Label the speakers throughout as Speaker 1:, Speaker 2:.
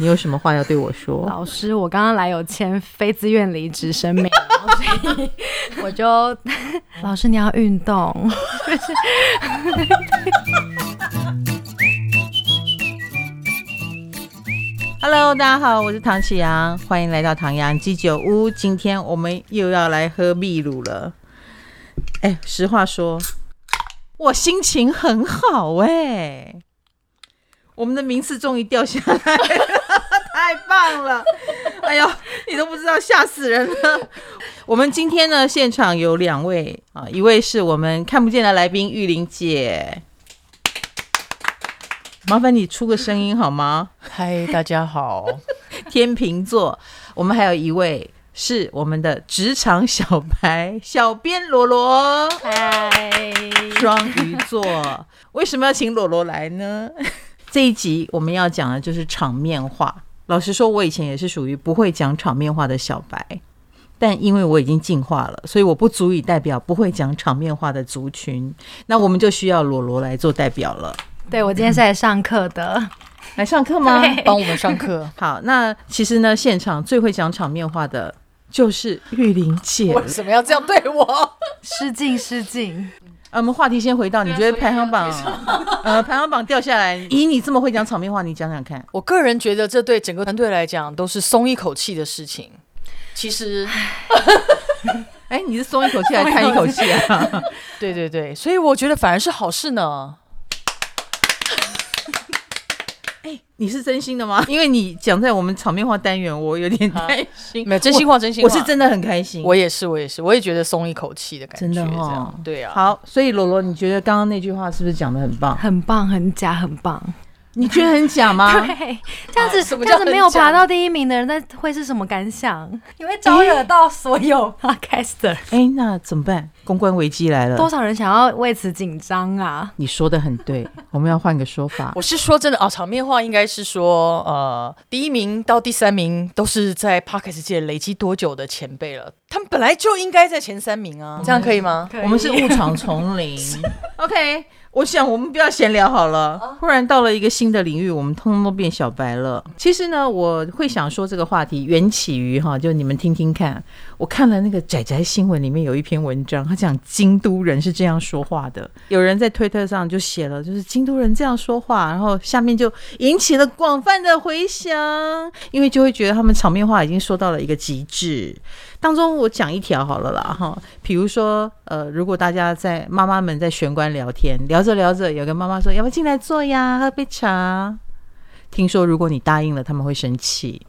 Speaker 1: 你有什么话要对我说？
Speaker 2: 老师，我刚刚来有签非自愿离职声明，所以我就 老师你要运动。
Speaker 1: Hello，大家好，我是唐启阳，欢迎来到唐阳鸡酒屋。今天我们又要来喝秘鲁了。哎，实话说，我心情很好哎、我们的名次终于掉下来了， 太棒了！哎呦，你都不知道，吓死人了。我们今天呢，现场有两位啊，一位是我们看不见的来宾玉玲姐，麻烦你出个声音好吗？
Speaker 3: 嗨，大家好，
Speaker 1: 天秤座，我们还有一位是我们的职场小白小编罗罗，
Speaker 2: 嗨，
Speaker 1: 双鱼座。为什么要请罗罗来呢？ 这一集我们要讲的就是场面话。老实说，我以前也是属于不会讲场面话的小白，但因为我已经进化了，所以我不足以代表不会讲场面话的族群。那我们就需要罗罗来做代表了。
Speaker 2: 对我今天是来上课的，
Speaker 1: 来上课 吗？。
Speaker 3: 帮我们上课
Speaker 1: 好，那其实呢，现场最会讲场面话的就是玉玲姐了。
Speaker 3: 什么要这样对我？
Speaker 2: 失敬失敬。
Speaker 1: 呃，我们话题先回到，你觉得排行 榜，呃，排行榜掉下 来，以你这么会讲场面话，你讲讲看。
Speaker 3: 我个人觉得这对整个团队来讲都是松一口气的事情。其实，
Speaker 1: 哎，你是松一口气还是叹一口气啊？
Speaker 3: 对对对，所以我觉得反而是好事呢。
Speaker 1: 你是真心的吗？因为你讲在我们场面话单元，我有 点担心。
Speaker 3: 没有真心话，真心
Speaker 1: 我
Speaker 3: 话，
Speaker 1: 是真的很开心。
Speaker 3: 我也是，我也是，我也觉得松一口气的感
Speaker 1: 真
Speaker 3: 觉。
Speaker 1: 的哦
Speaker 3: 这样对啊。
Speaker 1: 好，所以罗罗，你觉得刚刚那句话是不是讲的很 棒？
Speaker 2: 很棒，很假，很棒。
Speaker 1: 你觉得很假 吗？
Speaker 2: 对，这样子，
Speaker 3: 什么
Speaker 2: 这
Speaker 3: 叫
Speaker 2: 样子没有
Speaker 3: 很假
Speaker 2: 爬到第一名的人，那会是什么感想？你会招惹到所有 podcaster，
Speaker 1: 哎，那怎么办？公关危机来
Speaker 2: 多
Speaker 1: 了。
Speaker 2: 少人想要为此紧张啊？
Speaker 1: 你说的很对，我们要换个说法。
Speaker 3: 我是说真的啊，场面话应该是说，呃，第一名到第三名都是在 p o c k e t 界累积多久的前辈了，他们本来就应该在前三名啊，这样可以吗？
Speaker 1: 我们是误闯丛林。OK，我想我们不要闲聊好了。忽然到了一个新的领域，我们通通都变小白了。其实呢，我会想说这个话题缘起于哈，就你们听听看。我看了那个仔仔新闻里面有一篇文章，他讲京都人是这样说话的。有人在推特上就写了，就是京都人这样说话，然后下面就引起了广泛的回响，因为就会觉得他们场面话已经说到了一个极致。当中我讲一条好了啦哈，比如说呃，如果大家在妈妈们在玄关聊天，聊着聊着，有个妈妈说要不要进来坐呀，喝杯茶。听说如果你答应了，他们会生气。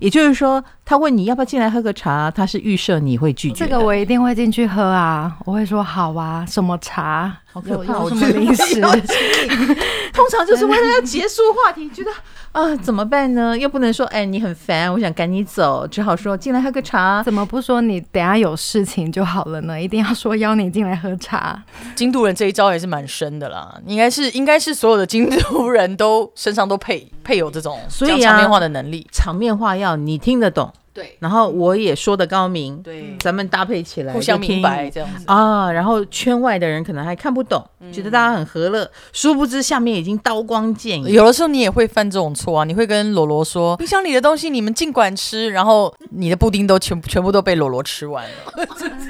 Speaker 1: 也就是说，他问你要不要进来喝个茶，他是预设你会拒绝
Speaker 2: 这
Speaker 1: 的。
Speaker 2: 个我一定会进去喝啊！我会说好啊，什么茶，
Speaker 1: 好可
Speaker 2: 有
Speaker 1: 怕，
Speaker 2: 有
Speaker 1: 我
Speaker 2: 什
Speaker 1: 觉
Speaker 2: 么
Speaker 1: 得
Speaker 2: 零食，
Speaker 1: 要请 你通常就是为了要结束话题，觉得啊怎么办呢？又不能说哎你很烦，我想赶你走，只好说进来喝个茶。
Speaker 2: 怎么不说你等下有事情就好了呢？一定要说邀你进来喝茶，
Speaker 3: 京都人这一招也是蛮深的啦，应该是应该是所有的京都人都身上都配配有这种
Speaker 1: 所以啊
Speaker 3: 讲场面话的能力。
Speaker 1: 场面话要你听得懂，
Speaker 3: 对
Speaker 1: 然后我也说的高明，
Speaker 3: 对，
Speaker 1: 咱们搭配起来
Speaker 3: 互相
Speaker 1: 就听
Speaker 3: 明白这样子。
Speaker 1: 啊。然后圈外的人可能还看不懂，
Speaker 3: 嗯
Speaker 1: 觉得大家很和乐，殊不知下面已经刀光剑影。
Speaker 3: 有的时候你也会犯这种错啊，你会跟罗罗说冰箱里的东西你们尽管吃，然后你的布丁都全全部都被罗罗吃完了。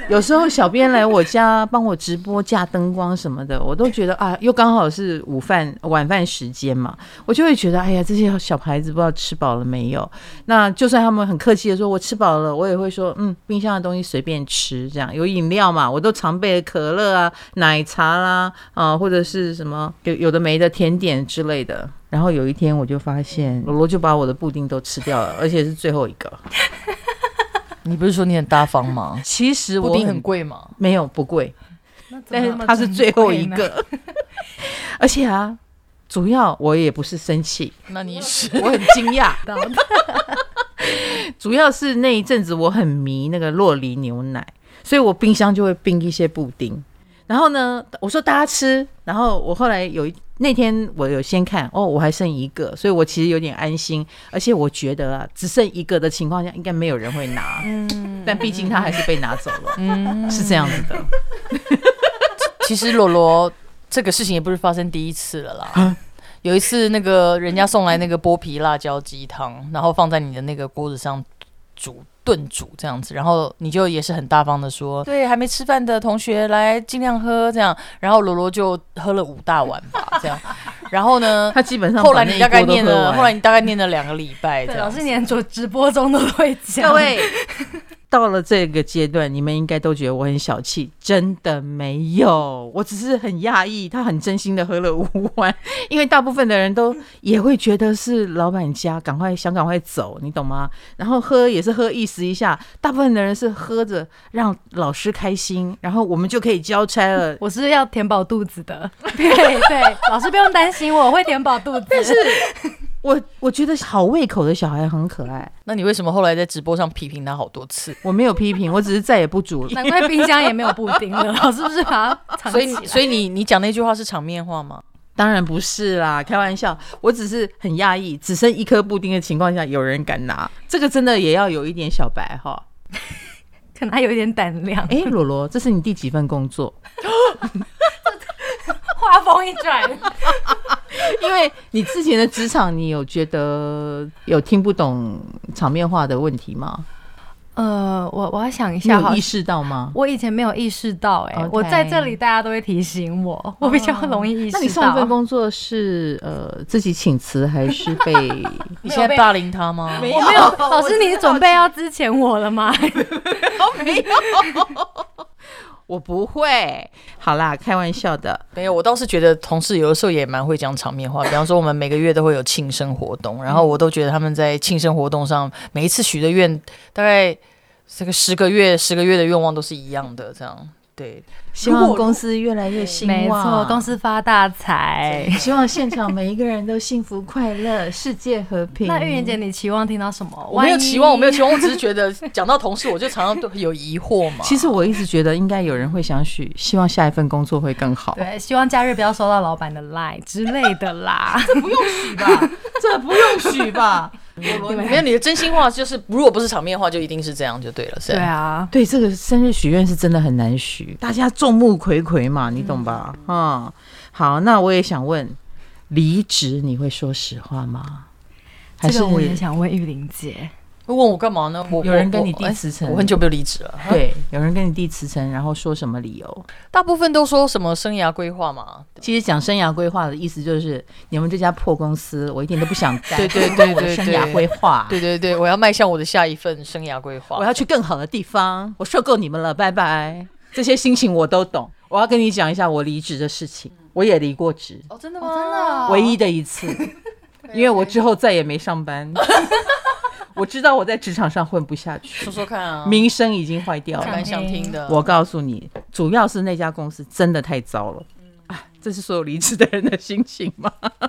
Speaker 1: 有时候小编来我家帮我直播架灯光什么的，我都觉得啊，又刚好是午饭晚饭时间嘛，我就会觉得哎呀，这些小孩子不知道吃饱了没有。那就算他们很客气的说我吃饱了，我也会说嗯，冰箱的东西随便吃，这样有饮料嘛，我都常备可乐啊、奶茶啦啊、或者是什么有有的没的甜点之类的。 然后有一天我就发现罗罗就把我的布丁都吃掉了，而且是最后一个。
Speaker 3: 你不是说你很大方吗？
Speaker 1: 其实我
Speaker 3: 布丁很贵吗？
Speaker 1: 没有不贵，但是他是最后一。个， 而且啊，主要我也不是生 气，
Speaker 3: 那你是
Speaker 1: 我很惊 讶，主要是那一阵子我很迷那个洛梨牛奶，所以我冰箱就会冰一些布丁。然后呢，我说大家吃，然后我后来有一那天我有先看哦，我还剩一个，所以我其实有点安心，而且我觉得啊，只剩一个的情况下，应该没有人会拿，但毕竟他还是被拿走了，是这样子的。 啊
Speaker 3: 其实罗罗这个事情也不是发生第一次了啦。有一次那个人家送来那个剥皮辣椒鸡汤，然后放在你的那个锅子上煮。炖煮这样子，然后你就也是很大方的说，对，还没吃饭的同学来尽量喝这样，然后罗罗就喝了五大碗吧， 这样，然后呢，
Speaker 1: 他基本上
Speaker 3: 后
Speaker 1: 把
Speaker 3: 来
Speaker 1: 那
Speaker 3: 你
Speaker 1: 一
Speaker 3: 大概
Speaker 1: 锅都
Speaker 3: 念
Speaker 1: 喝
Speaker 3: 了，
Speaker 1: 完
Speaker 3: 后来你大概念了两个礼拜这
Speaker 2: 对，
Speaker 3: 样
Speaker 2: 老
Speaker 3: 子，
Speaker 2: 师连做直播中都会讲。。
Speaker 1: 各位，到了这个阶段，你们应该都觉得我很小气，真的没有，我只是很讶异，他很真心的喝了五碗， 因为大部分的人都也会觉得是老板家，赶快想赶快走，你懂吗？然后喝也是喝意思一下，大部分的人是喝着让老师开心，然后我们就可以交差了
Speaker 2: 我是要填饱肚 子的，对对，老师不用担心，我会填饱肚子。但是
Speaker 1: 我我觉得好胃口的小孩很可爱，
Speaker 3: 那你为什么后来在直播上批评他好多次？
Speaker 1: 我没有批评，我只是再也不煮了。
Speaker 2: 难怪冰箱也没有布丁了，老师不是把它藏
Speaker 3: 所以
Speaker 2: 起 来？
Speaker 3: 你，所以你你讲那句话是场面话吗？
Speaker 1: 当然不是啦，开玩笑，我只是很讶异，只剩一颗布丁的情况下，有人敢拿，这个真的也要有一点小白哈。
Speaker 2: 可能他有一点胆量，
Speaker 1: 哎，罗罗，这是你第几份工 作？
Speaker 2: 话锋一转，
Speaker 1: 因为你之前的职场，你有觉得有听不懂场面话的问题吗？
Speaker 2: 呃，我我要想一
Speaker 1: 你
Speaker 2: 下
Speaker 1: 有
Speaker 2: 好
Speaker 1: 意，识到吗？
Speaker 2: 我以前没有意识到、欸，哎
Speaker 1: OK 哦
Speaker 2: 我在这里大家都会提醒我，我比较容易意识到。
Speaker 1: 那你上一份工作是 呃自己请辞还是 被？
Speaker 3: 你现在霸凌他吗？
Speaker 1: 有， 没
Speaker 2: 哦老师，你是准备要之前我了吗？
Speaker 1: 没有，我不会。好啦，开玩笑的。
Speaker 3: 没有，我倒是觉得同事有的时候也蛮会讲场面话。比方说，我们每个月都会有庆生活动，然后我都觉得他们在庆生活动上，每一次许的愿，大概这个十个月、十个月的愿望都是一样的，这样对。
Speaker 1: 希望公司越来越兴旺，
Speaker 2: 没错，公司发大财。
Speaker 1: 希望现场每一个人都幸福快乐，世界和平。
Speaker 2: 那玉妍姐，你期望听到什么？
Speaker 3: 我没
Speaker 2: 万
Speaker 3: 有
Speaker 2: 一
Speaker 3: 期望，我没有期望，我只是觉得讲到同事，我就常常都有疑惑 嘛。
Speaker 1: 其实我一直觉得应该有人会想许，希望下一份工作会更好。
Speaker 2: 对，希望假日不要收到老板的 line 之类的啦。
Speaker 1: 许吧， 这不用许吧？
Speaker 3: 没有你的真心话，就是如果不是场面话，就一定是这样就 对了。是
Speaker 2: 对 啊，
Speaker 1: 对，这个生日许愿是真的很难许，大家众目睽睽嘛，你懂吧？嗯，好，那我也想问，离职你会说实话吗？还
Speaker 2: 这
Speaker 1: 是
Speaker 2: 个我也想问玉玲姐。
Speaker 3: 问我干嘛呢？我
Speaker 1: 有人跟
Speaker 3: 我
Speaker 1: 你
Speaker 3: 我
Speaker 1: 递
Speaker 3: 哎
Speaker 1: 辞呈
Speaker 3: 我很久没有离职了。
Speaker 1: 对，有人跟你递辞呈，然后说什么理由？
Speaker 3: 大部分都说什么生涯规划嘛，
Speaker 1: 其实讲生涯规划的意思就是，你们这家破公司，我一点都不想干。
Speaker 3: 对对
Speaker 1: 这是
Speaker 3: 对
Speaker 1: 我的
Speaker 3: 对
Speaker 1: 生
Speaker 3: 对
Speaker 1: 涯规划，
Speaker 3: 对对对，我要迈向我的下一份生涯规划。
Speaker 1: 我要去更好的地方，我受够你们了，拜拜。这些心情我都懂。我要跟你讲一下我离职的事情，我也离过职，
Speaker 3: 嗯哦，真的吗？真
Speaker 2: 啊
Speaker 3: 的
Speaker 1: 唯一的一 次，因为我之后再也没上班。我知道我在职场上混不下去
Speaker 3: 说，说看啊，
Speaker 1: 名声已经坏掉
Speaker 3: 我
Speaker 1: 了。
Speaker 3: 蛮想听的。
Speaker 1: 我告诉你，主要是那家公司真的太糟了。哎，这是所有离职的人的心情吗？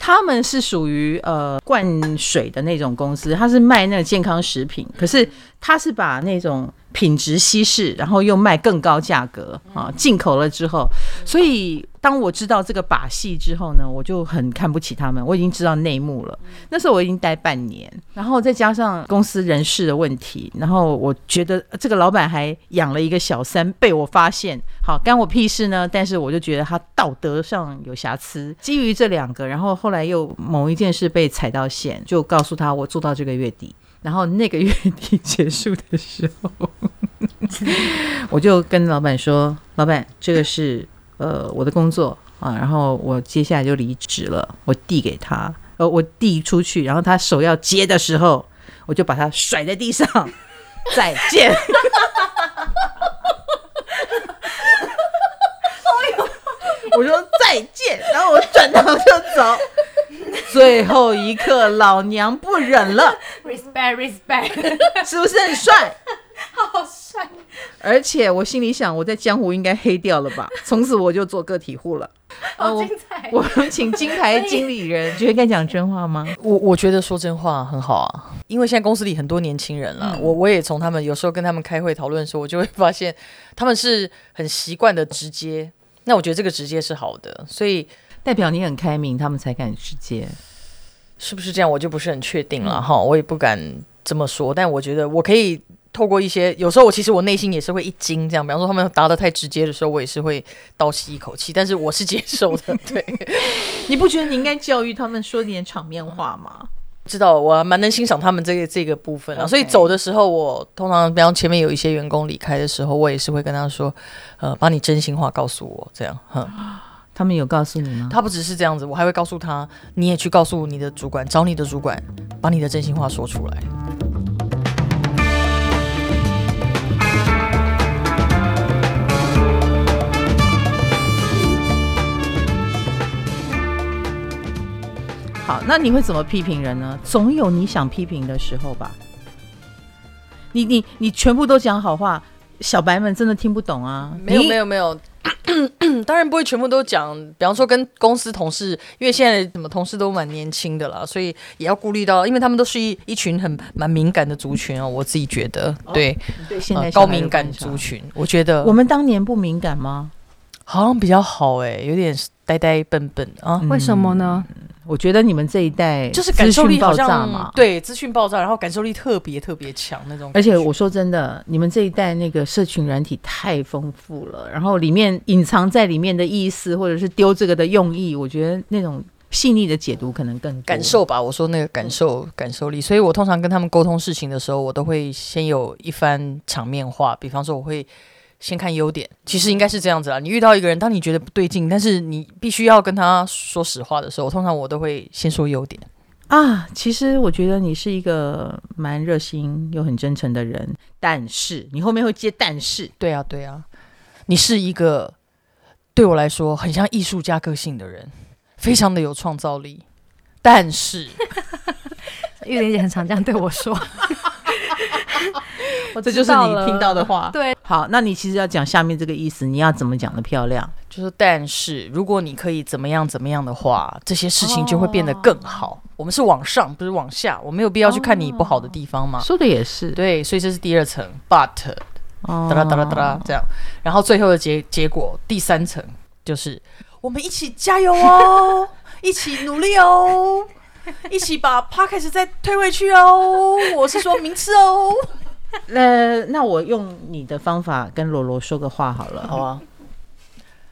Speaker 1: 他们是属于呃灌水的那种公司，他是卖那个健康食品，可是他是把那种品质稀释，然后又卖更高价格啊，进口了之后，所以当我知道这个把戏之后呢，我就很看不起他们，我已经知道内幕了。那时候我已经待半年，然后再加上公司人事的问题，然后我觉得呃这个老板还养了一个小三，被我发现，好干我屁事呢？但是我就觉得他道德上有瑕疵。基于这两个，然后后来又某一件事被踩到线，就告诉他我做到这个月底。然后那个月底结束的时候，我就跟老板说：“老板，这个是呃我的工作啊，然后我接下来就离职了，我递给他，呃，我递出去，然后他手要接的时候，我就把他甩在地上， 再见。 我说再见，然后我转头就走。最后一刻，老娘不忍了，
Speaker 2: respect respect，
Speaker 1: 是不是很帅？
Speaker 2: 好帅！
Speaker 1: 而且我心里想，我在江湖应该黑掉了吧？从此我就做个体户了。哦
Speaker 2: 好
Speaker 1: 我
Speaker 2: 精彩！
Speaker 1: 我们请金牌经理人，觉得该讲真话吗？
Speaker 3: 我我觉得说真话很好啊，因为现在公司里很多年轻人啦，我我也从他们有时候跟他们开会讨论的时候，我就会发现他们是很习惯的直接。那我觉得这个直接是好的，所以
Speaker 1: 代表你很开明，他们才敢直接。
Speaker 3: 嗯是不是这样，我就不是很确定了哈，我也不敢这么说，但我觉得我可以透过一些，有时候我其实我内心也是会一惊，这样，比方说他们答的太直接的时候，我也是会倒吸一口气，但是我是接受 的，对，
Speaker 1: 你不觉得你应该教育他们说点场面话吗？
Speaker 3: 知道我还蛮能欣赏他们这个这个部分啊，所以走的时候，我通常比方前面有一些员工离开的时候，我也是会跟他说，呃，把你真心话告诉我，这样，哼。
Speaker 1: 他们有告诉你吗？
Speaker 3: 他不只是这样子，我还会告诉他，你也去告诉你的主管，找你的主管，把你的真心话说出来。
Speaker 1: 好，那你会怎么批评人呢？总有你想批评的时候吧。你你你全部都讲好话，小白们真的听不懂啊。
Speaker 3: 没有
Speaker 1: 你
Speaker 3: 没有没有， 当然不会全部都讲。比方说跟公司同事，因为现在什么同事都蛮年轻的啦，所以也要顾虑到，因为他们都是一一群很蛮敏感的族群哦。我自己觉得，对，
Speaker 1: 对现在
Speaker 3: 呃
Speaker 1: 小
Speaker 3: 高
Speaker 1: 孩
Speaker 3: 敏
Speaker 1: 有
Speaker 3: 感
Speaker 1: 观察
Speaker 3: 族群，我觉得
Speaker 1: 我们当年不敏感吗？
Speaker 3: 好像比较好哎、有点呆呆笨笨啊。
Speaker 1: 嗯
Speaker 2: 为什么呢？
Speaker 1: 我觉得你们这一代
Speaker 3: 就是感受
Speaker 1: 资
Speaker 3: 力
Speaker 1: 讯爆
Speaker 3: 好
Speaker 1: 炸
Speaker 3: 像
Speaker 1: 嘛。
Speaker 3: 对资讯爆炸，然后感受力特别特别强那种感
Speaker 1: 而
Speaker 3: 觉。
Speaker 1: 且我说真的，你们这一代那个社群软体太丰富了，然后里面隐藏在里面的意思，或者是丢这个的用意，我觉得那种细腻的解读可能更多
Speaker 3: 感。受吧，我说那个感受感受力，所以我通常跟他们沟通事情的时候，我都会先有一番场面话，比方说我会先看优点，其实应该是这样子啦。你遇到一个人，当你觉得不对劲，但是你必须要跟他说实话的时候，通常我都会先说优点。
Speaker 1: 啊，其实我觉得你是一个蛮热心又很真诚的人，但是你后面会接但是，
Speaker 3: 对啊，对啊，你是一个对我来说很像艺术家个性的人，非常的有创造力，但是
Speaker 2: 玉玲姐很常这样对我说，我
Speaker 1: 这
Speaker 2: 知
Speaker 1: 就是
Speaker 2: 道
Speaker 1: 你
Speaker 2: 了
Speaker 1: 听到的话。
Speaker 2: 对，
Speaker 1: 好，那你其实要讲下面这个意思，你要怎么讲的漂亮？
Speaker 3: 就是，但是如果你可以怎么样怎么样的话，这些事情就会变得更好。我们是往上，不是往下，我没有必要去看你不好的地方嘛。
Speaker 1: 说的也是，
Speaker 3: 对，所以这是第二层，but
Speaker 1: 哦
Speaker 3: 哒啦哒啦哒啦这样，然后最后的结结果第三层就是我们一起加油 哦，一起努力哦，一起把 p o c k e t 再推回去哦。我是说名次哦。
Speaker 1: 呃，那我用你的方法跟罗罗说个话好了。
Speaker 3: 好啊，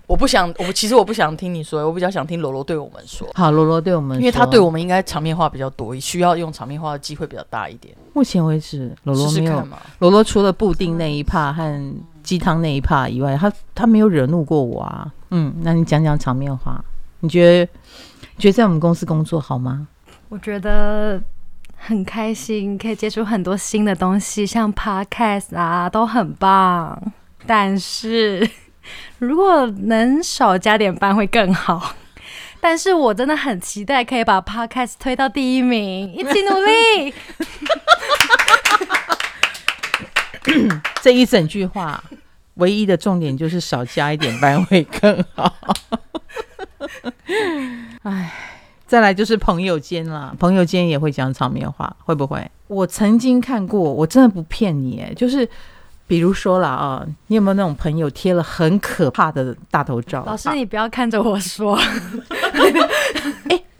Speaker 3: 我不想，我其实我不想听你说，我比较想听罗罗对我们说。
Speaker 1: 好，罗罗对我们，
Speaker 3: 因为他对我，们应该场面话比较多，需要用场面话的机会比较大一点，
Speaker 1: 目前为止，罗罗
Speaker 3: 试
Speaker 1: 没
Speaker 3: 试
Speaker 1: 有，
Speaker 3: 看嘛。
Speaker 1: 罗罗除了布丁那一趴和鸡汤那一趴以外，他他没有惹怒过我啊。嗯，那你讲讲场面话，你觉得你觉得在我们公司工作好吗？
Speaker 2: 我觉得很开心，可以接触很多新的东西，像 podcast 啊，都很棒。但是 如果能少加点班会更好。但是我真的很期待可以把 podcast 推到第一名，一起努力。
Speaker 1: 这一整句话。唯一的重点就是少加一点班会更好。哎，再来就是朋友间啦，朋友间也会讲场面话，会不会？我曾经看过，我真的不骗你，哎，就是比如说啦啊，你有没有那种朋友贴了很可怕的大头照？
Speaker 2: 老师
Speaker 1: 啊，
Speaker 2: 你不要看着我说，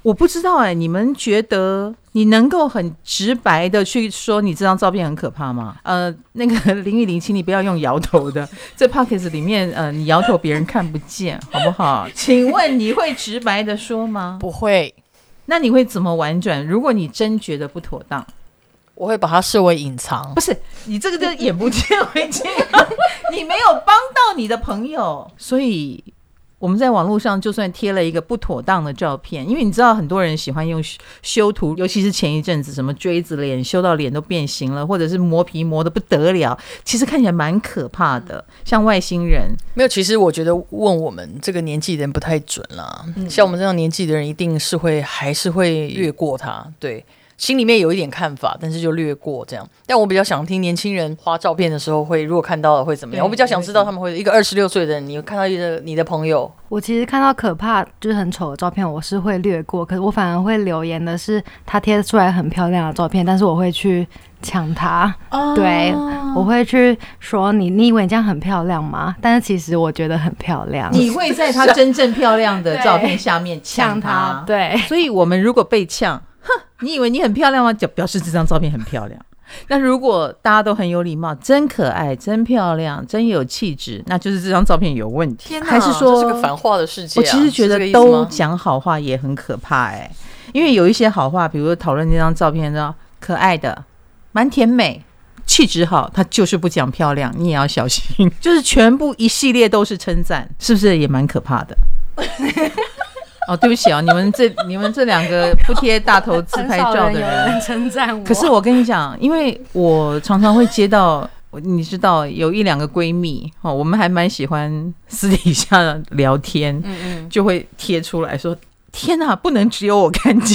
Speaker 1: 我不知道哎，你们觉得你能够很直白的去说你这张照片很可怕吗？呃，那个林玉玲，请你不要用摇头 的，这 p o c k e t 里面，呃，你摇头别人看不见，好不好？ 请问你会直白的说吗？
Speaker 3: 不会，
Speaker 1: 那你会怎么婉转？如果你真觉得不妥当，
Speaker 3: 我会把它视为隐藏
Speaker 1: 不。是你这个就眼不见为净， 你没有帮到你的朋友，所以。我们在网络上就算贴了一个不妥当的照片，因为你知道很多人喜欢用修修图，尤其是前一阵子什么锥子脸修到脸都变形了，或者是磨皮磨得不得了，其实看起来蛮可怕的，像外星人。
Speaker 3: 没有，其实我觉得问我们这个年纪的人不太准啦。
Speaker 1: 嗯
Speaker 3: 像我们这样年纪的人，一定是会还是会略过它，对。心里面有一点看法，但是就略过这样。但我比较想听年轻人花照片的时候会，如果看到了会怎么样？
Speaker 1: 对
Speaker 3: 我比较想知道他们会一个二十六岁的人，你看到一个你的朋友，
Speaker 2: 我其实看到可怕就是很丑的照片，我是会略过，可是我反而会留言的是他贴出来很漂亮的照片，但是我会去抢他。
Speaker 1: 哦
Speaker 2: 对，我会去说你，你以为你这样很漂亮吗？但是其实我觉得很漂亮。
Speaker 1: 你会在她真正漂亮 的
Speaker 2: 对
Speaker 1: 照片下面
Speaker 2: 像
Speaker 1: 呛
Speaker 2: 他
Speaker 1: 她，，
Speaker 2: 对，
Speaker 1: 所以我们如果被呛，哼，你以为你很漂亮吗？就表示这张照片很漂亮。那如果大家都很有礼貌，真可爱，真漂亮，真有气质，那就是这张照片有问题。
Speaker 3: 天哪，
Speaker 1: 还是说
Speaker 3: 这是个繁华的世界、啊？
Speaker 1: 我其实觉
Speaker 3: 是这个
Speaker 1: 得
Speaker 3: 意思
Speaker 1: 都
Speaker 3: 吗
Speaker 1: 讲好话也很可怕哎、因为有一些好话，比如说讨论那张照片呢，可爱的，蛮甜美，气质好，他就是不讲漂亮，你也要小心。 就是全部一系列都是称赞，是不是也蛮可怕 的？哦，对不起啊，你们这 你们这两个不贴大头自
Speaker 2: 很
Speaker 1: 拍
Speaker 2: 少
Speaker 1: 照的
Speaker 2: 有
Speaker 1: 人，
Speaker 2: 人称赞我，
Speaker 1: 可是我跟你讲，因为我常常会接到，我你知道有一两个闺蜜哦，我们还蛮喜欢私底下聊天，
Speaker 3: 嗯
Speaker 1: 就会贴出来说。天呐、不能只有我看见，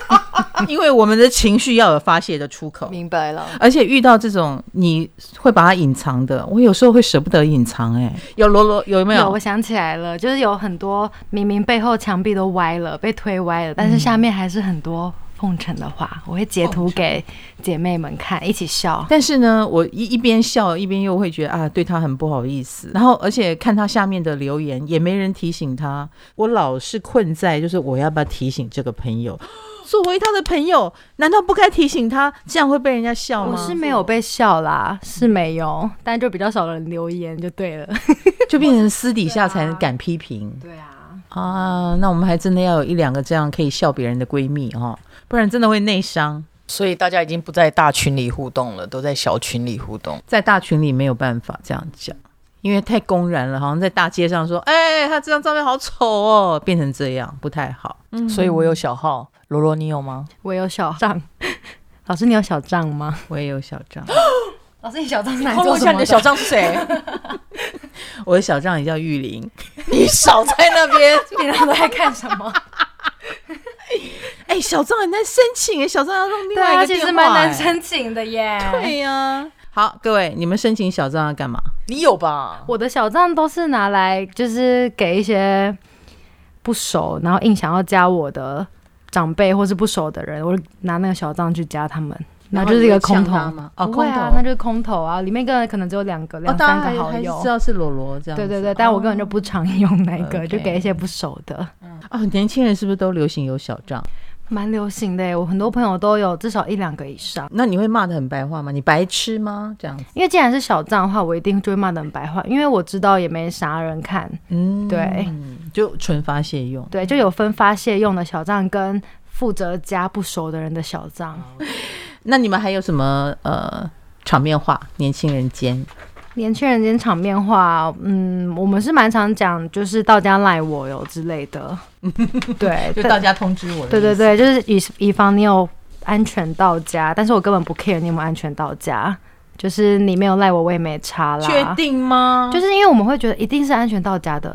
Speaker 1: 因为我们的情绪要有发泄的出口
Speaker 3: 嗯，，明白了。
Speaker 1: 而且遇到这种你会把它隐藏的，我有时候会舍不得隐藏、哎，有罗罗有没有？
Speaker 2: 我想起来了，就是有很多明明背后墙壁都歪了，被推歪了，但是下面还是很多奉承的话，我会截图给姐妹们看，一起笑。
Speaker 1: 但是呢，我一一边笑一边又会觉得啊，对他很不好意思。然后，而且看他下面的留言，也没人提醒他，我老是困在就是我要不要提醒这个朋友？作为他的朋友，难道不该提醒他？这样会被人家笑
Speaker 2: 我
Speaker 1: 吗？
Speaker 2: 是没有被笑啦，是没有，但就比较少人留言就对了。
Speaker 1: 就变成私底下才能敢批评
Speaker 2: 对啊，
Speaker 1: 啊。那我们还真的要有一两个这样可以笑别人的闺蜜哦，不然真的会内伤。
Speaker 3: 所以大家已经不在大群里互动了，都在小群里互动。
Speaker 1: 在大群里没有办法这样讲，因为太公然了，好像在大街上说：“哎、他这张照片好丑哦”，变成这样不太好。
Speaker 3: 所以我有小号，罗罗你有吗？
Speaker 2: 我有小账， 老师你有小账吗？
Speaker 1: 我也有小 账，
Speaker 2: 老师你小账是来
Speaker 3: 透 露一下你的小账是谁？
Speaker 1: 我的小账也叫玉玲。
Speaker 3: 你少在那边。
Speaker 2: 平常都在看什 么？
Speaker 1: 哎、小账很难申请哎，小账要用另
Speaker 2: 对
Speaker 1: 外一
Speaker 2: 啊，
Speaker 1: 个
Speaker 2: 其
Speaker 1: 电话。
Speaker 2: 实蛮难。申请的耶。
Speaker 1: 对呀、好，各位，你们申请小账要干嘛？
Speaker 3: 你有吧？
Speaker 2: 我的小账都是拿来就是给一些不熟，然后硬想要加我的长辈或是不熟的人，我就拿那个小账去加他们，然后就是一个空头
Speaker 1: 然后你会呛他吗哦，
Speaker 2: 不
Speaker 1: 空
Speaker 2: 会
Speaker 1: 头
Speaker 2: 啊，，那就是空头啊，里面一个人可能只有两个、
Speaker 1: 哦
Speaker 2: 两，
Speaker 1: 当然
Speaker 2: 三
Speaker 1: 还
Speaker 2: 个好
Speaker 1: 还是
Speaker 2: 友
Speaker 1: 知。道是裸罗这样子。哦
Speaker 2: 对对对，但我根本就不常用那个，
Speaker 1: OK
Speaker 2: 就给一些不熟的，
Speaker 1: 哦，年轻人是不是都流行有小账？
Speaker 2: 蛮流行的耶。我很多朋友都有至少一两个以上，
Speaker 1: 那你会骂的很白话吗？你白痴吗？这样子，
Speaker 2: 因为既然是小账的话，我一定就会骂的很白话，因为我知道也没啥人看，
Speaker 1: 嗯，
Speaker 2: 对，
Speaker 1: 就纯发泄用。
Speaker 2: 对，就有分发泄用的小账跟负责加不熟的人的小账。
Speaker 1: 哦那你们还有什么呃场面话？年轻人间
Speaker 2: 年轻人间场面话，嗯，我们是蛮常讲，就是到家赖我哟之类 的。对，
Speaker 1: 就
Speaker 2: 但
Speaker 1: 到家通知我的
Speaker 2: 对对
Speaker 1: 意思，
Speaker 2: 对，就是以以防你有安全到家，但是我根本不 care 你有没有安全到家，就是你没有赖我，我也没差啦。
Speaker 1: 确定吗？
Speaker 2: 就是因为我们会觉得一定是安全到家的，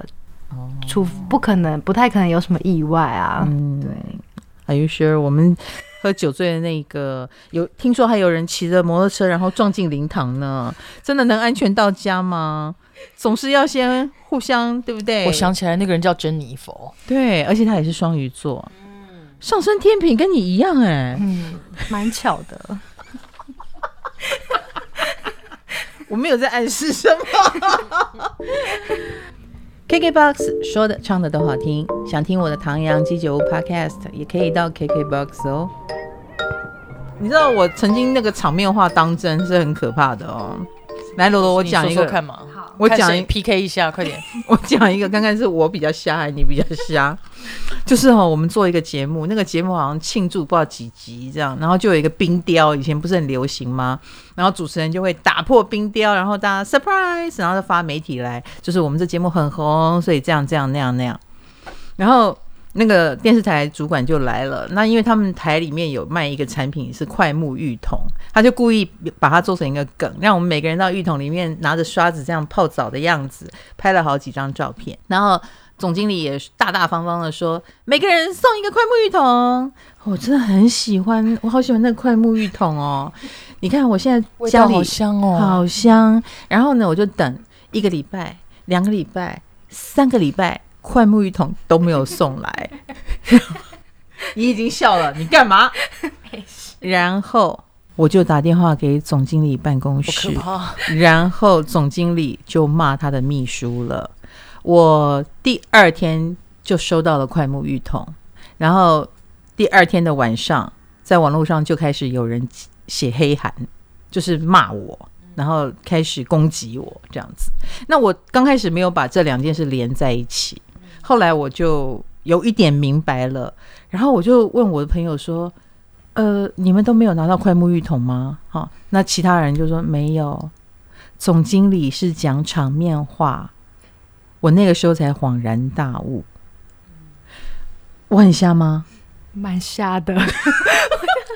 Speaker 1: 哦
Speaker 2: 除不可能，不太可能有什么意外啊。
Speaker 1: 嗯，对。Are you sure？我们喝酒醉的那个，有听说还有人骑着摩托车然后撞进灵堂呢，真的能安全到家吗？总是要先互相，对不对？
Speaker 3: 我想起来，那个人叫珍妮佛，
Speaker 1: 对，而且他也是双鱼座，上升天平跟你一样哎、
Speaker 2: 嗯，蛮巧的。
Speaker 1: 我没有在暗示什么。KKBOX 说的唱的都好听，想听我的唐阳鸡酒屋 Podcast 也可以到 KKBOX 哦。你知道我曾经那个场面话当真是很可怕的哦。来，罗罗，我
Speaker 3: 你
Speaker 1: 讲
Speaker 3: 说
Speaker 1: 一个，
Speaker 3: 说看嘛。
Speaker 2: 好
Speaker 1: 我
Speaker 3: 看
Speaker 1: 讲
Speaker 3: 谁
Speaker 1: 一
Speaker 3: PK 一下，快点。
Speaker 1: 我讲一个，刚看是我比较瞎还是你比较瞎？ 就是哈、哦，我们做一个节目，那个节目好像庆祝不知道几集这样，然后就有一个冰雕，以前不是很流行吗？然后主持人就会打破冰雕，然后大家 surprise，然后就发媒体来，就是我们这节目很红，所以这样这样那样那样。然后那个电视台主管就来了，那因为他们台里面有卖一个产品是快木浴桶，他就故意把它做成一个梗，让我们每个人到浴桶里面拿着刷子这样泡澡的样子，拍了好几张照片，然后。总经理也大大方方的说，每个人送一个快木浴桶。我哦真的很喜欢，我好喜欢那个快木浴桶哦！你看 我现在
Speaker 3: 味
Speaker 1: 家
Speaker 3: 道
Speaker 1: 里
Speaker 3: 好香哦，
Speaker 1: 好香。然后呢，我就等一个礼拜、两个礼拜、三个礼拜，快沐浴桶都没有送 来。你已经笑了，你干嘛？然后我就打电话给总经理办公
Speaker 3: 好
Speaker 1: 室
Speaker 3: 可，怕。
Speaker 1: 然后总经理就骂他的秘书了。我第二天就收到了快沐浴桶，然后第二天的晚上，在网络上就开始有人写黑函，就是骂我，然后开始攻击我这样子。那我刚开始没有把这两件事连在一起，后来我就有一点明白了，然后我就问我的朋友说：“呃，你们都没有拿到快沐浴桶吗？”哈、那其他人就说没有。总经理是讲场面话，我那个时候才恍然大悟。我很瞎吗？
Speaker 2: 蛮瞎的。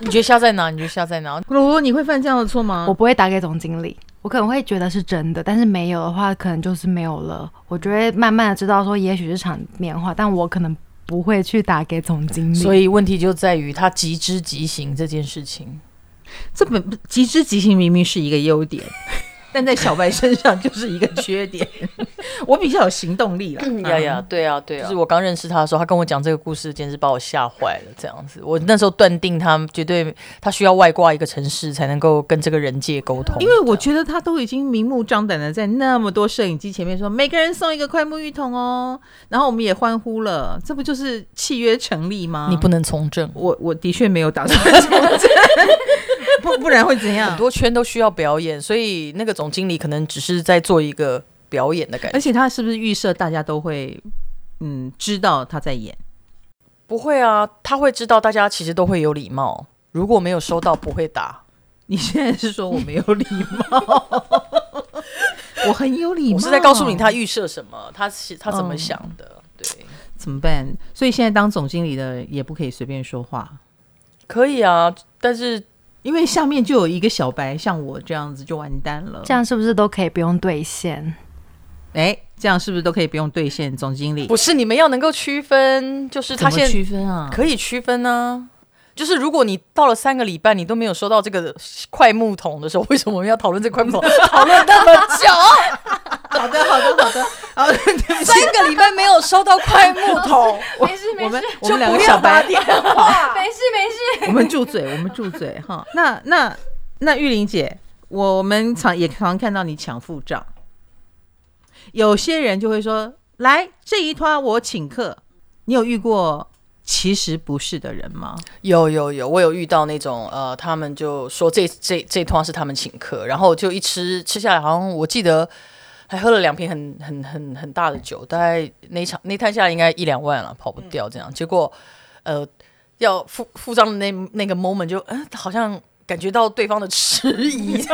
Speaker 3: 你觉得瞎在哪？你觉得瞎在哪？
Speaker 1: 罗罗，你会犯这样的错吗？
Speaker 2: 我不会打给总经理，我可能会觉得是真的，但是没有的话，可能就是没有了。我就会慢慢的知道说，也许是场面话，但我可能不会去打给总经理。
Speaker 3: 所
Speaker 2: 以
Speaker 3: 以问题就在于他即知即行这件事情。
Speaker 1: 这本极之极行明明是一个优 点，但在小白身上就是一个缺点。 我比较有行动力啦。
Speaker 3: 呀呀，对啊，对啊，就是我刚认识他的时候，他跟我讲这个故事，简直把我吓坏了。这样子，我那时候断定他绝对他需要外挂一个城市才能够跟这个人界沟通，
Speaker 1: 因为我觉得他都已经明目张胆的在那么多摄影机前面说，每个人送一个快沐浴桶哦，然后我们也欢呼了，这不就是契约成立吗？
Speaker 3: 你不能从政，
Speaker 1: 我我的确没有打算 不不然会怎样
Speaker 3: 很？多圈都需要表演，所以那个总经理可能只是在做一个表演的感觉
Speaker 1: 而。且他是不是预设大家都会嗯知道他在演？
Speaker 3: 不会啊，他会知道大家其实都会有礼貌，如果没有收到不会打。
Speaker 1: 你现在是说我没有礼貌？我很有礼貌，
Speaker 3: 我是在告诉你他预设什么，他是他怎么想
Speaker 1: 嗯
Speaker 3: 的。对，
Speaker 1: 怎么办。所以现在当总经理的也不可以随便说话，
Speaker 3: 可以啊，但是
Speaker 1: 因为下面就有一个小白像我这样子就完蛋了。
Speaker 2: 这样是不是都可以不用兑现？
Speaker 1: 哎，这样是不是都可以不用兑现总经理？
Speaker 3: 不是你们要能够区分，就是他
Speaker 1: 怎么
Speaker 3: 现
Speaker 1: 区分啊？
Speaker 3: 可以区分呢、就是如果你到了三个礼拜，你都没有收到这个快木桶的时候，为什么我们要讨论这块木 桶？讨论那么久，
Speaker 1: 好的，好的，好的，好的，对不起，
Speaker 3: 三个礼拜没有收到快木桶，
Speaker 4: 没事
Speaker 1: 我
Speaker 4: 没
Speaker 1: 们
Speaker 4: 事，
Speaker 1: 我们两
Speaker 3: 就
Speaker 1: 个
Speaker 3: 不
Speaker 1: 小
Speaker 3: 要打
Speaker 1: 白，
Speaker 3: 电
Speaker 4: 哇
Speaker 3: 话。
Speaker 4: 没事没事。
Speaker 1: 我们住嘴，我们住嘴哈。那那那玉玲姐，我们常也常看到你抢付账，有些人就会说：“来这一团我请客。”你有遇过其实不是的人吗？
Speaker 3: 有有有，我有遇到那种呃，他们就说这这这趟是他们请客，然后就一吃吃下来，好像我记得还喝了两瓶很很很很大的酒，大概那一场那摊下来应该一两万了，跑不掉这样。结果呃，要付付账的那那个 moment 就嗯、好像感觉到对方的迟疑。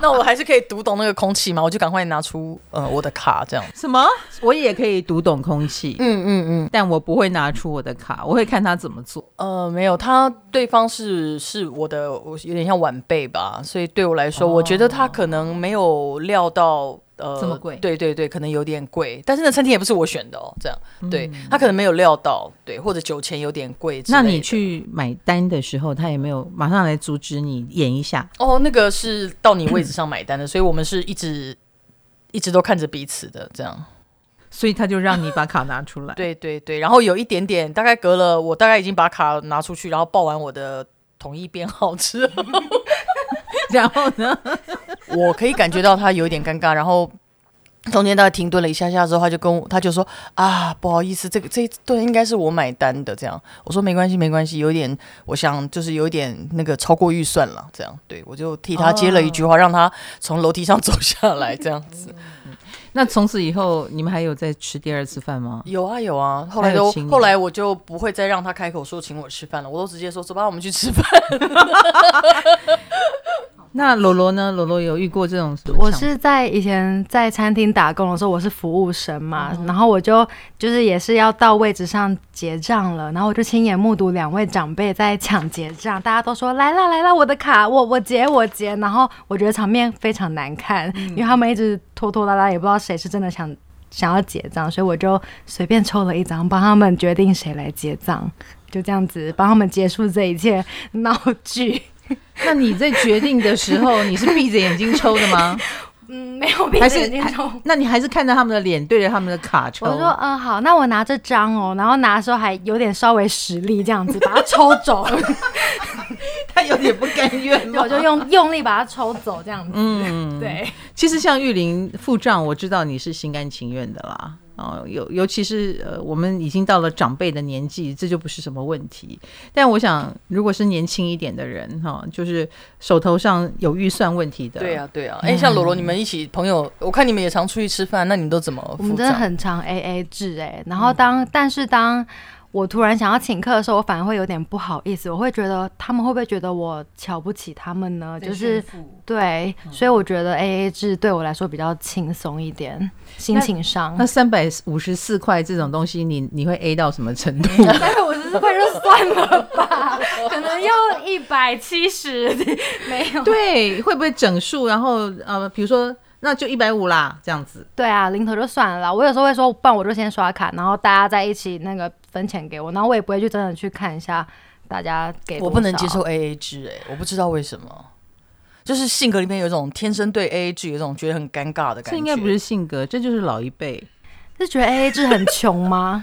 Speaker 3: 那我还是可以读懂那个空气嘛，我就赶快拿出呃我的卡这样。
Speaker 1: 什么？我也可以读懂空气，
Speaker 3: 嗯嗯嗯，
Speaker 1: 但我不会拿出我的卡，我会看他怎么做。
Speaker 3: 呃，没有，他对方是是我的，我有点像晚辈吧，所以对我来说，我觉得他可能没有料到。呃，
Speaker 1: 这么贵
Speaker 3: 对对对，可能有点贵，但是那餐厅也不是我选的哦，这样，
Speaker 1: 嗯
Speaker 3: 对、他可能没有料到，对，或者酒钱有点贵之类
Speaker 1: 那
Speaker 3: 的。
Speaker 1: 你去买单的时候，他也没有马上来阻止你演一下，
Speaker 3: 哦，那个是到你位置上买单的，所以我们是一直一直都看着彼此的这样。
Speaker 1: 所以他就让你把卡拿出来。
Speaker 3: 对对对，然后有一点点，大概隔了，我大概已经把卡拿出去，然后报完我的统一编号之后，
Speaker 1: 然后 呢？
Speaker 3: 我可以感觉到他有一点尴尬，然后中间大概停顿了一下下之后，他就跟我他就说啊，不好意思，这个这一顿应该是我买单的，这样我说没关系没关系，有点我想就是有点那个超过预算了，这样对我就替他接了一句话，让他从楼梯上走下来，这样子
Speaker 1: 那从此以后，你们还有再吃第二次饭吗？
Speaker 3: 有啊有啊，后
Speaker 1: 还
Speaker 3: 来
Speaker 1: 有
Speaker 3: 都
Speaker 1: 请你
Speaker 3: 后来我就不会再让他开口说请我吃饭了，我都直接说走吧，我们去吃饭。
Speaker 1: 那罗罗呢？罗罗有遇过这种什么
Speaker 2: 我
Speaker 1: 场景
Speaker 2: 是在以前在餐厅打工的时候，我是服务生嘛，
Speaker 1: 嗯
Speaker 2: 然后我就就是也是要到位置上结账了，然后我就亲眼目睹两位长辈在抢结账，大家都说来啦来啦，我的卡，我我结我结，然后我觉得场面非常难看，
Speaker 1: 嗯
Speaker 2: 因为他们一直拖拖拉拉，也不知道谁是真的想想要结账，所以我就随便抽了一张，帮他们决定谁来结账，就这样子帮他们结束这一切闹剧。
Speaker 1: 那你在决定的时候，你是闭着眼睛抽的 吗？
Speaker 2: 嗯，没有闭
Speaker 1: 还
Speaker 2: 着
Speaker 1: 是
Speaker 2: 眼睛抽。
Speaker 1: 那你还是看着他们的脸，对着他们的卡抽？
Speaker 2: 我说嗯好，那我拿这张哦，然后拿的时候还有点稍微使力这样子把它抽走，
Speaker 1: 他有点不甘愿吗
Speaker 2: 我就用用力把它抽走 这样子。嗯，对，
Speaker 1: 其实像玉林付账，我知道你是心甘情愿的啦。哦，尤尤其是呃，我们已经到了长辈的年纪，这就不是什么问题。但我想，如果是年轻一点的人哈、就是手头上有预算问题的，
Speaker 3: 对啊，对啊。哎、像罗罗，你们一起朋友，我看你们也常出去吃饭，那你们都怎么
Speaker 2: 我们
Speaker 3: 付
Speaker 2: 真的
Speaker 3: 账？
Speaker 2: 很常 A A 制哎、然后当、但是当我突然想要请客的时候，我反而会有点不好意思，我会觉得他们会不会觉得我瞧不起他们呢？就是对，所以我觉得 A A 制对我来说比较轻松一点，心情 上
Speaker 1: 那三百五十四块这种东西你，你会 A 到什么程 度？
Speaker 2: 三百五十四块就算了吧，可能要一百七十， 没有。
Speaker 1: 对，会不会整数？然后呃，比如说那就一百五啦，这样子。
Speaker 2: 对啊，零头就算了啦。我有时候会说，不然我就先刷卡，然后大家在一起那个分钱给我，然后我也不会去真的去看一下大家给
Speaker 3: 我
Speaker 2: 多
Speaker 3: 不能
Speaker 2: 少
Speaker 3: 接受 A A 制、哎，我不知道为什么，就是性格里面有一种天生对 A A 制有一种觉得很尴尬的感觉。
Speaker 1: 这应该不是性格，这就是老一辈。
Speaker 2: 是觉得 A A 制很穷吗？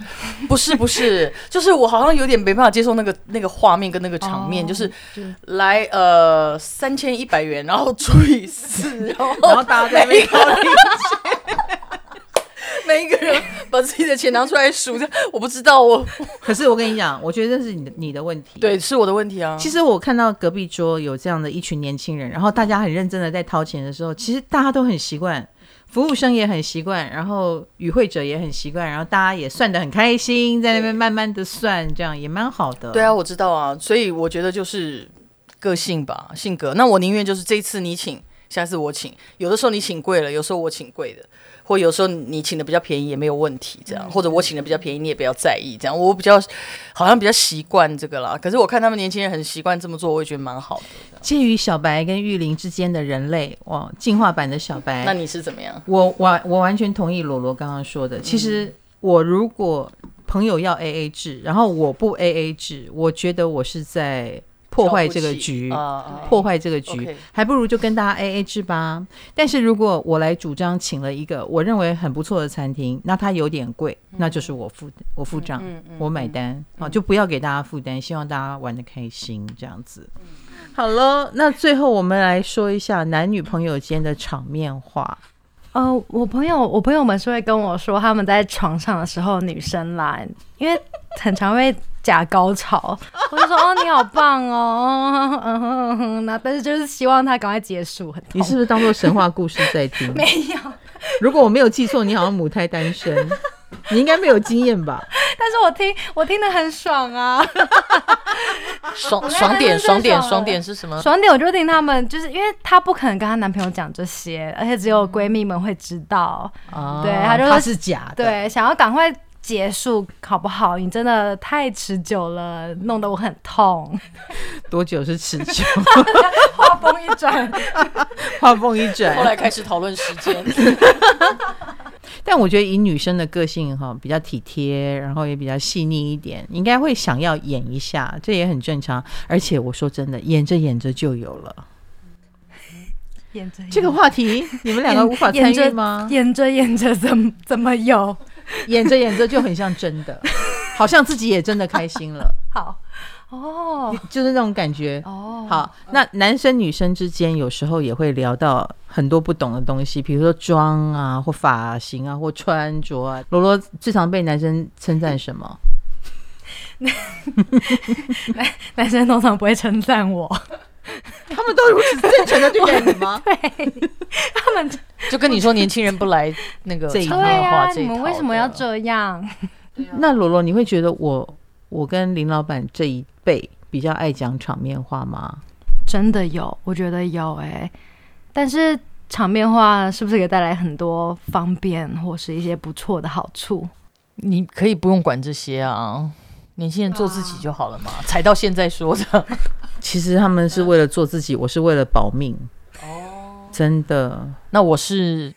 Speaker 3: 不是不是，就是我好像有点没办法接受那个那个画面跟那个场面，
Speaker 2: 哦
Speaker 3: 就是来呃三千一百元，然后除以四， 然后
Speaker 1: 然后大家在那 边
Speaker 3: 每一个人每一个人把自己的钱拿出来数，这样我不知道我
Speaker 1: 可是我跟你讲，我觉得这是你的你的问题。
Speaker 3: 对是我的问题啊。
Speaker 1: 其实我看到隔壁桌有这样的一群年轻人，然后大家很认真的在掏钱的时候，其实大家都很习惯，服务生也很习惯，然后与会者也很习惯，然后大家也算得很开心，在那边慢慢的算，这样也蛮好的。
Speaker 3: 对啊，我知道啊，所以我觉得就是个性吧，性格。那我宁愿就是这一次你请，下次我请。有的时候你请贵了，有时候我请贵的，或有时候你请的比较便宜也没有问题，这样，或者我请的比较便宜你也不要在意，这样。我比较好像比较习惯这个啦。可是我看他们年轻人很习惯这么做，我也觉得蛮好的。
Speaker 1: 介于小白跟玉林之间的人类，哇，进化版的小白。
Speaker 3: 那你是怎么样？
Speaker 1: 我完我完全同意罗罗刚刚说
Speaker 3: 嗯
Speaker 1: 的。其实我如果朋友要 A A 制，然后我不 A A 制，我觉得我是在破坏这个局。
Speaker 3: 啊，
Speaker 1: 破坏这个局
Speaker 3: OK
Speaker 1: 还不如就跟大家 A A 制吧。但是如果我来主张请了一个我认为很不错的餐厅，那它有点贵，
Speaker 2: 嗯
Speaker 1: 那就是我付我付账，我买单、啊，就不要给大家负担，希望大家玩的开心这样子。
Speaker 2: 嗯
Speaker 1: 好了，那最后我们来说一下男女朋友间的场面话。
Speaker 2: 呃，我朋友，我朋友们是会跟我说，他们在床上的时候，女生啦，因为很常会假高潮，我就说哦，你好棒哦，嗯哼嗯哼，那但是就是希望他赶快结束，很
Speaker 1: 你
Speaker 2: 痛。
Speaker 1: 是不是当做神话故事在听？
Speaker 2: 没有，
Speaker 1: 如果我没有记错，你好像母胎单 身，你应该没有经验吧？
Speaker 2: 但是我听我听得很爽啊，我刚才
Speaker 3: 爽哎爽点
Speaker 2: 真的
Speaker 3: 爽点
Speaker 2: 爽了
Speaker 3: 爽点是什么？
Speaker 2: 爽点我就听他们，就是因为她不可能跟她男朋友讲这些，而且只有闺蜜们会知道，
Speaker 1: 啊
Speaker 2: 对他就说
Speaker 1: 他是假的。，
Speaker 2: 对，想要赶快结束好不好？你真的太持久了，弄得我很痛。
Speaker 1: 多久是持久？
Speaker 2: 话锋一转，
Speaker 1: 话锋一 转，
Speaker 3: 后来开始讨论时间，
Speaker 1: 但我觉得以女生的个性哈，比较体贴，然后也比较细腻一点，应该会想要演一下，这也很正常。而且我说真的，演着演着就有了。
Speaker 2: 演着 演
Speaker 1: 这个话题你们两个无法参
Speaker 2: 演
Speaker 1: 与
Speaker 2: 着
Speaker 1: 吗？
Speaker 2: 演着演着怎么怎么有？
Speaker 1: 演着演着就很像真的，好像自己也真的开心 了，
Speaker 2: 好哦
Speaker 1: 就是那种感觉。
Speaker 2: 哦，
Speaker 1: 好，那男生女生之间有时候也会聊到很多不懂的东西，比如说妆啊，或发型啊，或穿着啊。罗罗最常被男生称赞什么？
Speaker 2: 男生通常不会称赞我，
Speaker 1: 他们都如此真诚的对待你吗？
Speaker 2: 他们
Speaker 3: 就跟你说年轻人不来那个
Speaker 1: 这一
Speaker 3: 场
Speaker 1: 套
Speaker 2: 对
Speaker 3: 面话
Speaker 2: 呀、
Speaker 3: 这一
Speaker 2: 你们
Speaker 3: 套
Speaker 2: 为什么要
Speaker 3: 的
Speaker 2: 这样？
Speaker 1: 那罗罗，你会觉得我我跟林老板这一辈比较爱讲场面话吗？
Speaker 2: 真的有，我觉得有哎、但是场面化是不是给带来很多方便或是一些不错的好处？
Speaker 3: 你可以不用管这些啊，年轻人做自己就好了嘛。 才到现在说的，
Speaker 1: 其实他们是为了做自己，我是为了保命。哦，真的，
Speaker 3: 那我是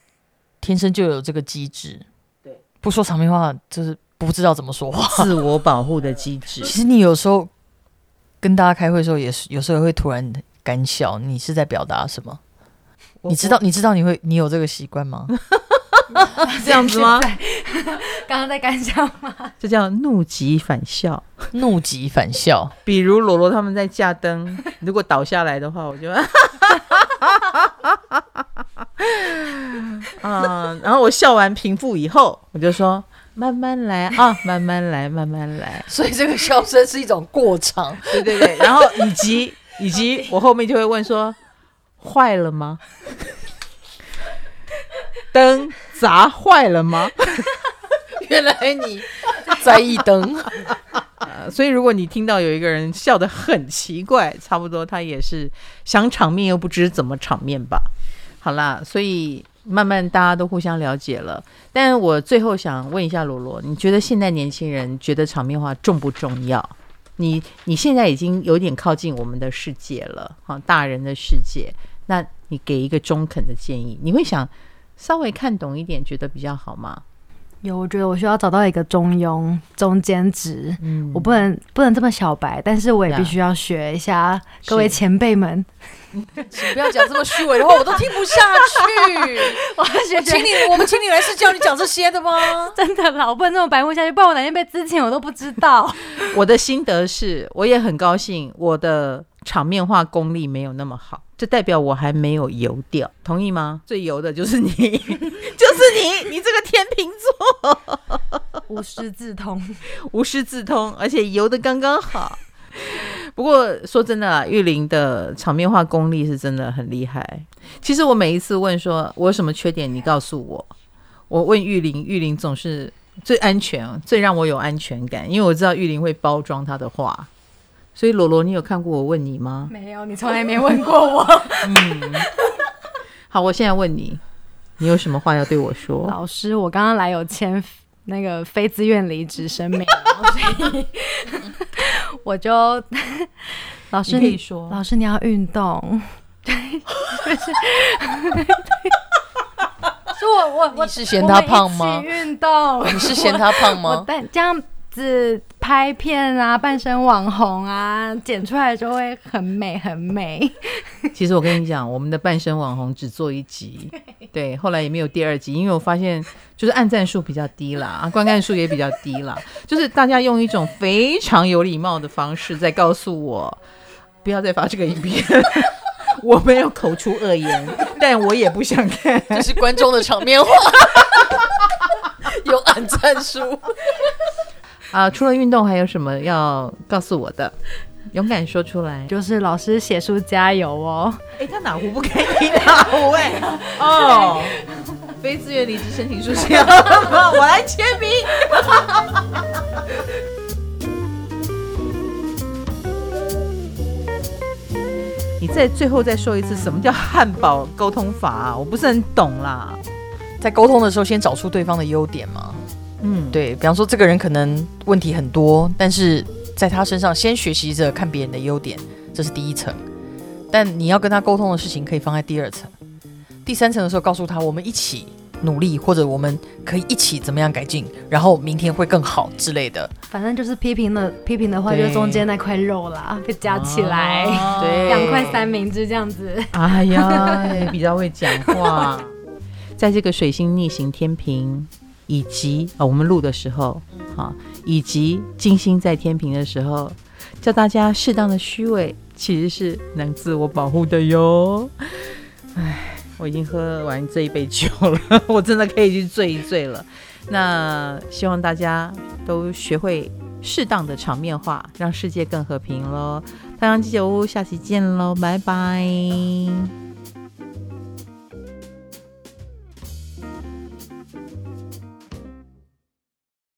Speaker 3: 天生就有这个机制，对，不说场面话就是不知道怎么说话。
Speaker 1: 自我保护的机 制
Speaker 3: 其实你有时候跟大家开会的时候，也是有时候会突然干笑，你是在表达什么？你知道，你知道你会你有这个习惯 吗？
Speaker 1: 这样子吗？
Speaker 2: 刚刚在 干笑吗？
Speaker 1: 这叫怒极反笑。
Speaker 3: 怒极反笑，
Speaker 1: 比如罗罗他们在架灯，如果倒下来的话，我就， 啊嗯，然后我笑完平复以后，我就说慢慢来啊，慢慢来，慢慢来。
Speaker 3: 所以这个笑声是一种过场，
Speaker 1: 对对对，然后以及以及我后面就会问说，坏了吗？灯砸坏了吗？
Speaker 3: 原来你 在意灯，
Speaker 1: 呃所以如果你听到有一个人笑得很奇怪，差不多他也是想场面又不知怎么场面吧。好啦，所以慢慢大家都互相了解了。但我最后想问一下罗罗，你觉得现在年轻人觉得场面化重不重要？你你现在已经有点靠近我们的世界了，哈，大人的世界。那你给一个中肯的建议，你会想稍微看懂一点，觉得比较好吗？
Speaker 2: 有，我觉得我需要找到一个中庸中间值，
Speaker 1: 嗯
Speaker 2: 我不能不能这么小白，但是我也
Speaker 1: 对啊
Speaker 2: 必须要学一下各位
Speaker 1: 是
Speaker 2: 前辈们，
Speaker 3: 请不要讲这么虚伪的话，我都听不下去。
Speaker 2: 我要学
Speaker 3: 我请
Speaker 2: 学
Speaker 3: 你，我们请你来是叫你讲这些的吗？
Speaker 2: 真的啦，我不能这么白目下去，不然我哪天被之前我都不知道。
Speaker 1: 我的心得是，我也很高兴，我的场面化功力没有那么好，这代表我还没有油掉，同意吗？最油的就是你， 就是你，你这个天秤座
Speaker 2: 无师自通，
Speaker 1: 无师自通，而且油的刚刚好。 不过说真的啊，玉玲的场面化功力是真的很厉害。其实我每一次问说我有什么缺点，你告诉我，我问玉玲，玉玲总是最安全，最让我有安全感，因为我知道玉玲会包装她的话。所以罗罗，你有看过我问你吗？
Speaker 2: 没有，你从来没问过我。
Speaker 1: 好，我现在问你，你有什么话要对我说？
Speaker 2: 老师，我刚刚来有签那个非自愿离职声明，所以 我 就老师
Speaker 1: 你可以说
Speaker 2: 老师你要运 动。 对，就是是我 我我
Speaker 3: 你是嫌他胖吗
Speaker 2: 我们一起运动，
Speaker 3: 你是嫌他胖
Speaker 2: 我
Speaker 3: 吗？
Speaker 2: 但这样子拍片啊，扮成网红啊，剪出来就会很美很美。
Speaker 1: 其实我跟你讲，我们的半身网红只做一集，对，后来也没有第二集，因为我发现就是按赞数比较低啦，啊，观看数也比较低啦，就是大家用一种非常有礼貌的方式在告诉我，不要再发这个影 片。我没有口出恶言，但我也不想看。
Speaker 3: 这是观众的场 面话，有按赞数。
Speaker 1: 啊、除了运动，还有什么要告诉我的？勇敢说出来。
Speaker 2: 就是老师写书加油哦。
Speaker 1: 哎、他哪壶不开提哪壶 哎、哦，非自愿离职申请书写好了吗？ 我来签名。 你再最后再说一次，什么叫汉堡沟通法、啊？我不是很懂啦。
Speaker 3: 在沟通的时候，先找出对方的优点嘛。
Speaker 1: 嗯，
Speaker 3: 对比方说，这个人可能问题很多，但是在他身上先学习着看别人的优点，这是第一层。但你要跟他沟通的事情，可以放在第二层、第三层的时候，告诉他我们一起努力，或者我们可以一起怎么样改进，然后明天会更好之类的。
Speaker 2: 反正就是批评的批评的话，
Speaker 3: 对哦
Speaker 2: 就是中间那块肉啦，被夹起来，
Speaker 3: 对
Speaker 2: 两块三明治这样子。
Speaker 1: 哎呀，比较会讲话。在这个水星逆行天平，以及啊、我们录的时候，啊，以及金星在天平的时候，叫大家适当的虚伪，其实是能自我保护的哟。唉，我已经喝完这一杯酒了， 我真的可以去醉一醉了。那希望大家都学会适当的场面化，让世界更和平喽。太阳鸡酒屋，下期见喽，拜拜。